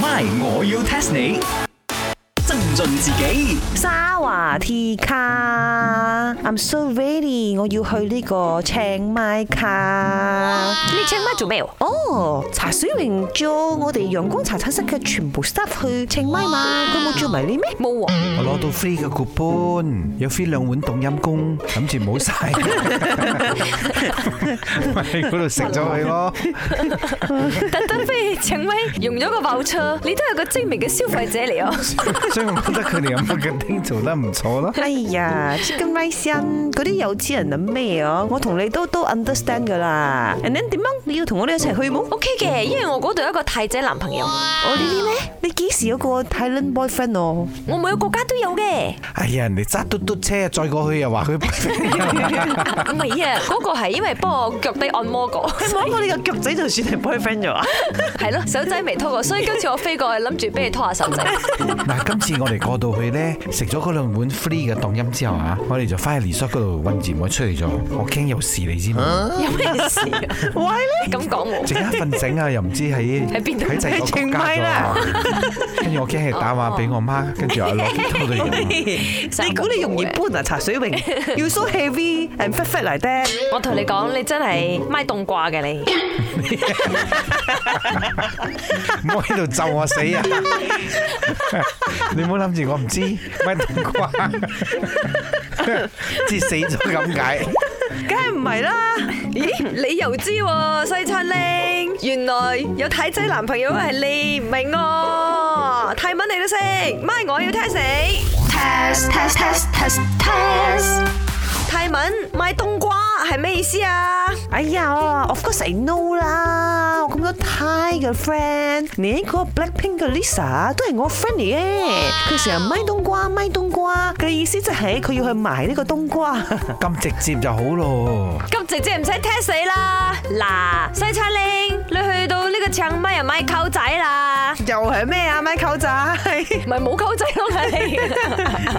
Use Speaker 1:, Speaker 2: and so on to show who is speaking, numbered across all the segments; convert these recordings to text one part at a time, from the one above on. Speaker 1: My，我要 test 你。增進自己，
Speaker 2: 沙華 T 卡，I'm so ready，我要去呢個清邁卡。
Speaker 3: 你清乜做咩？
Speaker 2: 哦，茶水榮做我哋陽光茶餐室嘅全部 staff 去清邁嘛，佢冇做埋 你咩？
Speaker 3: 冇 喎，
Speaker 4: 我攞到 free 嘅 coupon，有 free 兩碗凍陰公，諗住唔好晒，咪嗰度食咗佢咯。
Speaker 3: 特登飛去清咪用咗個 voucher，你都係個精明嘅消費者嚟哦。
Speaker 4: 所以我覺得佢哋有 marketing 做得唔錯啦。
Speaker 2: 哎呀，chicken rice 因嗰啲有錢人諗咩啊？我同你都都 understand 噶啦。And then 點樣？你要同我哋一齊去冇？
Speaker 3: OK 嘅，因為我嗰度有一個泰仔男朋友，
Speaker 2: 我呢啲咩？你幾時有個 Thailand boyfriend 哦？
Speaker 3: 我每個國家都有 嘅。
Speaker 4: 哎呀，人哋揸嘟嘟車再過去又話佢，
Speaker 3: 唔係啊，嗰個係因為幫我腳底按摩過，
Speaker 2: 你摸過你個腳仔就算係 boyfriend 咗啊？
Speaker 3: 係咯，手仔未拖過，所以今次我飛過去諗住俾你拖下手仔。
Speaker 4: 嗱，今次我哋過到去咧，食咗嗰兩碗 free 嘅凍飲之後啊，我哋就翻去 resort 嗰度韞住唔好出嚟咗，我驚有事你知冇？
Speaker 3: 有咩事啊？
Speaker 2: 喂咧，
Speaker 3: 咁講冇。
Speaker 4: 陣間瞓醒啊，又唔知喺
Speaker 3: 喺邊度
Speaker 4: 喺第個國家咗啊跟住我驚係打電話俾我媽，跟住又攞啲偷嚟飲。
Speaker 2: 你估你容易搬啊？茶水榮，you so heavy and fat fat like that。
Speaker 3: 我同你講，你真係咪凍掛嘅你。
Speaker 4: 唔好喺度咒我死啊！你唔好諗住我唔知，咪冬瓜，知死咗咁解。
Speaker 2: 梗係唔係啦？
Speaker 3: 咦，你又知喎，西餐拎，原來有太仔男朋友係你，唔係我。泰文你都識，咪我要 test 你。
Speaker 5: test test test test test
Speaker 3: 泰文買冬瓜係咩意思啊？
Speaker 2: 哎呀，of course I know 啦，我咁多 Thai 嘅 friend，你嗰個 Blackpink 嘅 Lisa 都係我 friend 嚟嘅，佢成日咪冬瓜咪冬瓜嘅意思即係佢要去埋呢個冬瓜。
Speaker 4: 咁直接就好咯。
Speaker 3: 咁直接唔使 test 死啦。嗱，西餐拎，你去到呢個唱咪又買溝仔啦，
Speaker 2: 又係咩啊？咪舅仔，
Speaker 3: 唔係冇溝仔咯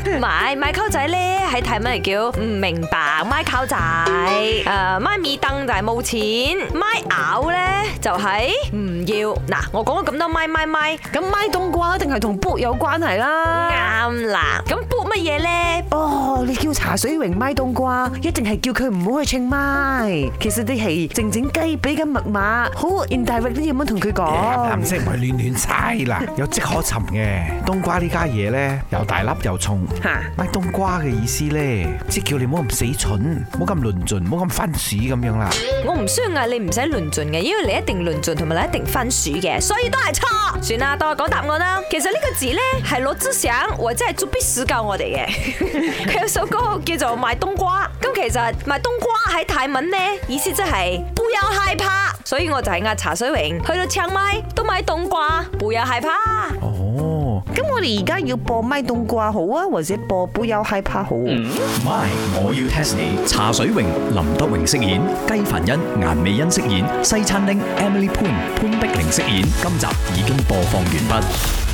Speaker 3: 你。 買買溝仔咧喺泰文係叫唔明白，買溝仔。誒，買米凳就係冇錢，買咬咧就係唔要。嗱，我講咗咁多咪咪咪。
Speaker 2: 咁咪冬瓜一定係同 book 有關係啦。
Speaker 3: 啱啦，咁 book 乜嘢咧？
Speaker 2: 哦，你叫茶水榮咪冬瓜，一定係叫佢唔好去清咪。其實你係靜靜雞俾緊密碼，好 indirectly 咁樣同佢
Speaker 4: 藍
Speaker 2: 講。
Speaker 4: 色唔係亂亂猜啦，有跡可尋嘅。冬瓜呢家嘢咧，又大粒又重。
Speaker 2: 嚇
Speaker 4: 買冬瓜嘅意思咧，即係叫你唔好咁死蠢，唔好咁論盡，唔好咁番薯咁樣啦。
Speaker 3: 我唔需要嗌你唔使論盡嘅，因為你一定論盡同埋你一定分數嘅，所以都係錯。算啦，當我講答案啦。其實呢個字咧係羅志祥或者係做必死教我哋嘅。佢有首歌叫做賣冬瓜，咁其實賣冬瓜喺泰文咧意思即係不要害怕，所以我就係嗌茶水榮去到唱咪都買冬瓜，不要害怕。
Speaker 4: 哦，
Speaker 2: 咁我哋而家要播咪冬瓜好啊，或者播杯有嗨怕好？啊
Speaker 1: My，我要 test 你。茶水榮、林德榮飾演，雞凡欣、顏美欣飾演，西餐廳 Emily Poon 潘碧玲飾演。今集已經播放完畢。